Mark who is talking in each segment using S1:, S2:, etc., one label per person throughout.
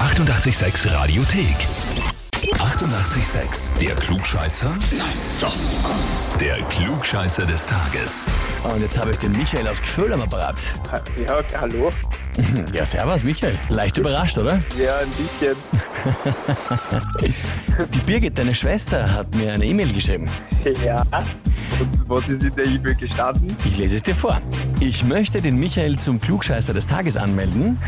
S1: 886 Radiothek. 88,6. Der Klugscheißer? Nein, doch. Der Klugscheißer des Tages.
S2: Und jetzt habe ich den Michael aus Gefühl am Apparat.
S3: Ja, okay, hallo.
S2: Ja, servus Michael. Leicht überrascht, oder?
S3: Ja, ein bisschen.
S2: Die Birgit, deine Schwester, hat mir eine E-Mail geschrieben.
S3: Ja. Und was ist in der E-Mail gestanden?
S2: Ich lese es dir vor. Ich möchte den Michael zum Klugscheißer des Tages anmelden,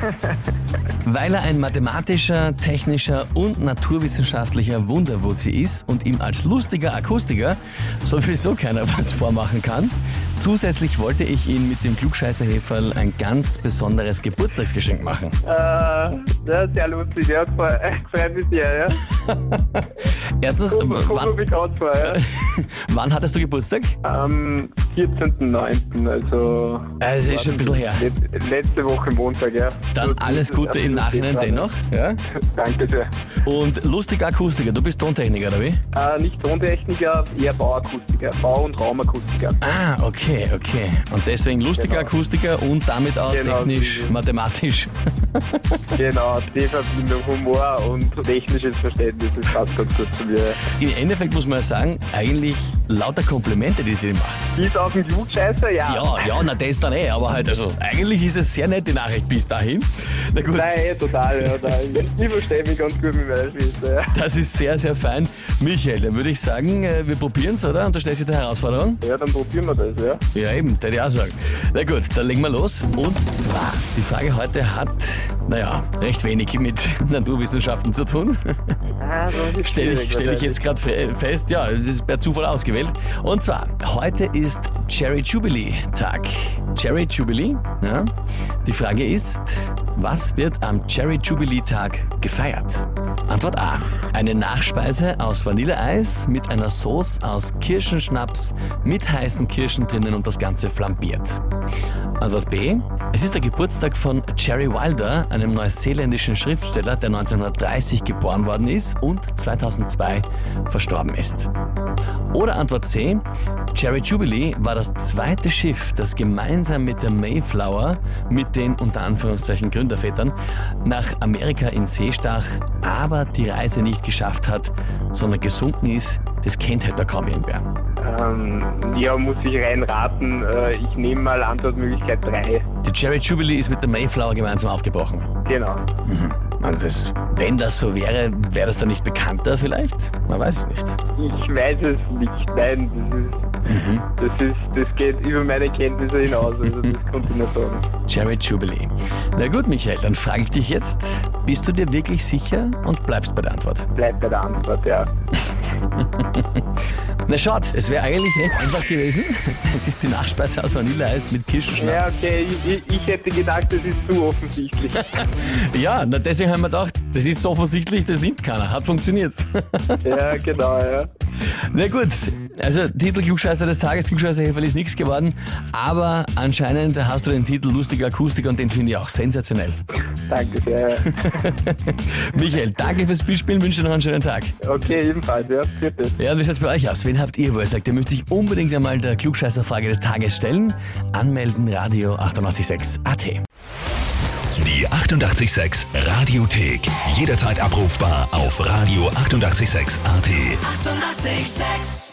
S2: weil er ein mathematischer, technischer und naturwissenschaftlicher Wunderwurzi ist und ihm als lustiger Akustiker sowieso keiner was vormachen kann. Zusätzlich wollte ich ihm mit dem Klugscheißerheferl ein ganz besonderes Geburtstagsgeschenk machen.
S3: Äh, ja, sehr lustig. Ja, voll- äh, freut mich sehr, ja.
S2: Erstens,
S3: Kommt
S2: w-
S3: kommt mir
S2: wann,
S3: bekannt vor, ja.
S2: wann hattest du Geburtstag?
S3: Am 14.09., also...
S2: Äh, Es ist schon ein bisschen her.
S3: Let- Letzte Woche Montag, ja.
S2: Dann
S3: So,
S2: alles
S3: das ist
S2: Gute im
S3: absolut
S2: Nachhinein
S3: dran.
S2: dennoch. Ja?
S3: Danke sehr.
S2: Und lustiger Akustiker, du bist Tontechniker, oder wie?
S3: Äh, nicht Tontechniker, eher Bauakustiker. Bau- und Raumakustiker.
S2: Ah, okay, okay. Und deswegen lustiger
S3: Genau.
S2: Akustiker und damit auch
S3: Genau,
S2: technisch,
S3: diese-
S2: mathematisch.
S3: Genau, die Verbindung Humor und technisches Verständnis ist fast ganz gut zu mir.
S2: Im Endeffekt muss man ja sagen, eigentlich lauter Komplimente, die sie macht.
S3: Bis auf den Klugscheißer, ja.
S2: Ja, ja, na das dann eh, aber halt, also eigentlich ist es sehr nett, die Nachricht bis dahin. Na gut,
S3: Nein, eh, total, ja. Nein. Ich verstehe mich ganz gut mit meiner Schwester, ja.
S2: das ist sehr, sehr fein. Michael, dann würde ich sagen, äh, wir probieren's, oder? Und du stellst dir die Herausforderung?
S3: Ja, dann probieren wir das, ja.
S2: Ja, eben, der ich auch sagen. Na gut, dann legen wir los. Und zwar, die Frage heute hat, naja, recht wenig mit Naturwissenschaften zu tun.
S3: Ah, so ist
S2: Stelle ich,
S3: schwierig
S2: stell ich jetzt gerade fe- fest, ja, es ist per Zufall ausgewählt. Und zwar, heute ist Cherry Jubilee Tag. Cherry Jubilee, ja. Die Frage ist, was wird am Cherry Jubilee Tag gefeiert? Antwort A. Eine Nachspeise aus Vanilleeis mit einer Sauce aus Kirschenschnaps mit heißen Kirschen drinnen und das Ganze flambiert. Antwort Also B. Es ist der Geburtstag von Jerry Wilder, einem neuseeländischen Schriftsteller, der 1930 geboren worden ist und 2002 verstorben ist. Oder Antwort C. Jerry Jubilee war das zweite Schiff, das gemeinsam mit der Mayflower mit den unter Anführungszeichen Gründervätern nach Amerika in See stach, aber die Reise nicht geschafft hat, sondern gesunken ist. Das kennt halt da kaum irgendwer.
S3: Ähm, ja, muss ich reinraten. Äh, ich nehme mal Antwortmöglichkeit 3.
S2: Die Jerry Jubilee ist mit der Mayflower gemeinsam aufgebrochen.
S3: Genau.
S2: Also das, wenn das so wäre, wäre das dann nicht bekannter vielleicht? Man weiß es nicht.
S3: Ich weiß es nicht. Nein,
S2: Mhm.
S3: das ist, das ist, das geht über meine Kenntnisse hinaus. Also das konnte ich nicht sagen.
S2: Jerry Jubilee. Na gut, Michael, dann frage ich dich jetzt, bist du dir wirklich sicher und bleibst bei der Antwort?
S3: Bleibt bei der Antwort, ja.
S2: Na schaut, es wäre eigentlich recht einfach gewesen. Es ist die Nachspeise aus Vanilleeis mit
S3: Ja,
S2: Kirschenschnaps.
S3: okay, ich, ich, ich hätte gedacht, das ist zu offensichtlich.
S2: Ja, na deswegen haben wir gedacht, das ist so offensichtlich, das nimmt keiner. Hat funktioniert.
S3: ja, genau, ja.
S2: Na gut, also Titel Klugscheißer des Tages, Klugscheißerheferl ist nichts geworden, aber anscheinend hast du den Titel Lustiger Akustiker und den finde ich auch sensationell.
S3: Danke sehr.
S2: Michael, danke fürs Spielspielen, wünsche dir noch einen schönen Tag.
S3: Okay, ebenfalls, ja. Bitte.
S2: Ja, und wie schaut's bei euch aus? Wen habt ihr, wo ihr sagt, ihr müsst sich unbedingt einmal der Klugscheißerfrage des Tages stellen? Anmelden, Radio 886 AT.
S1: Die 88,6 Radiothek. Jederzeit abrufbar auf radio886.at. 88,6.
S4: Eighty-eight, sex.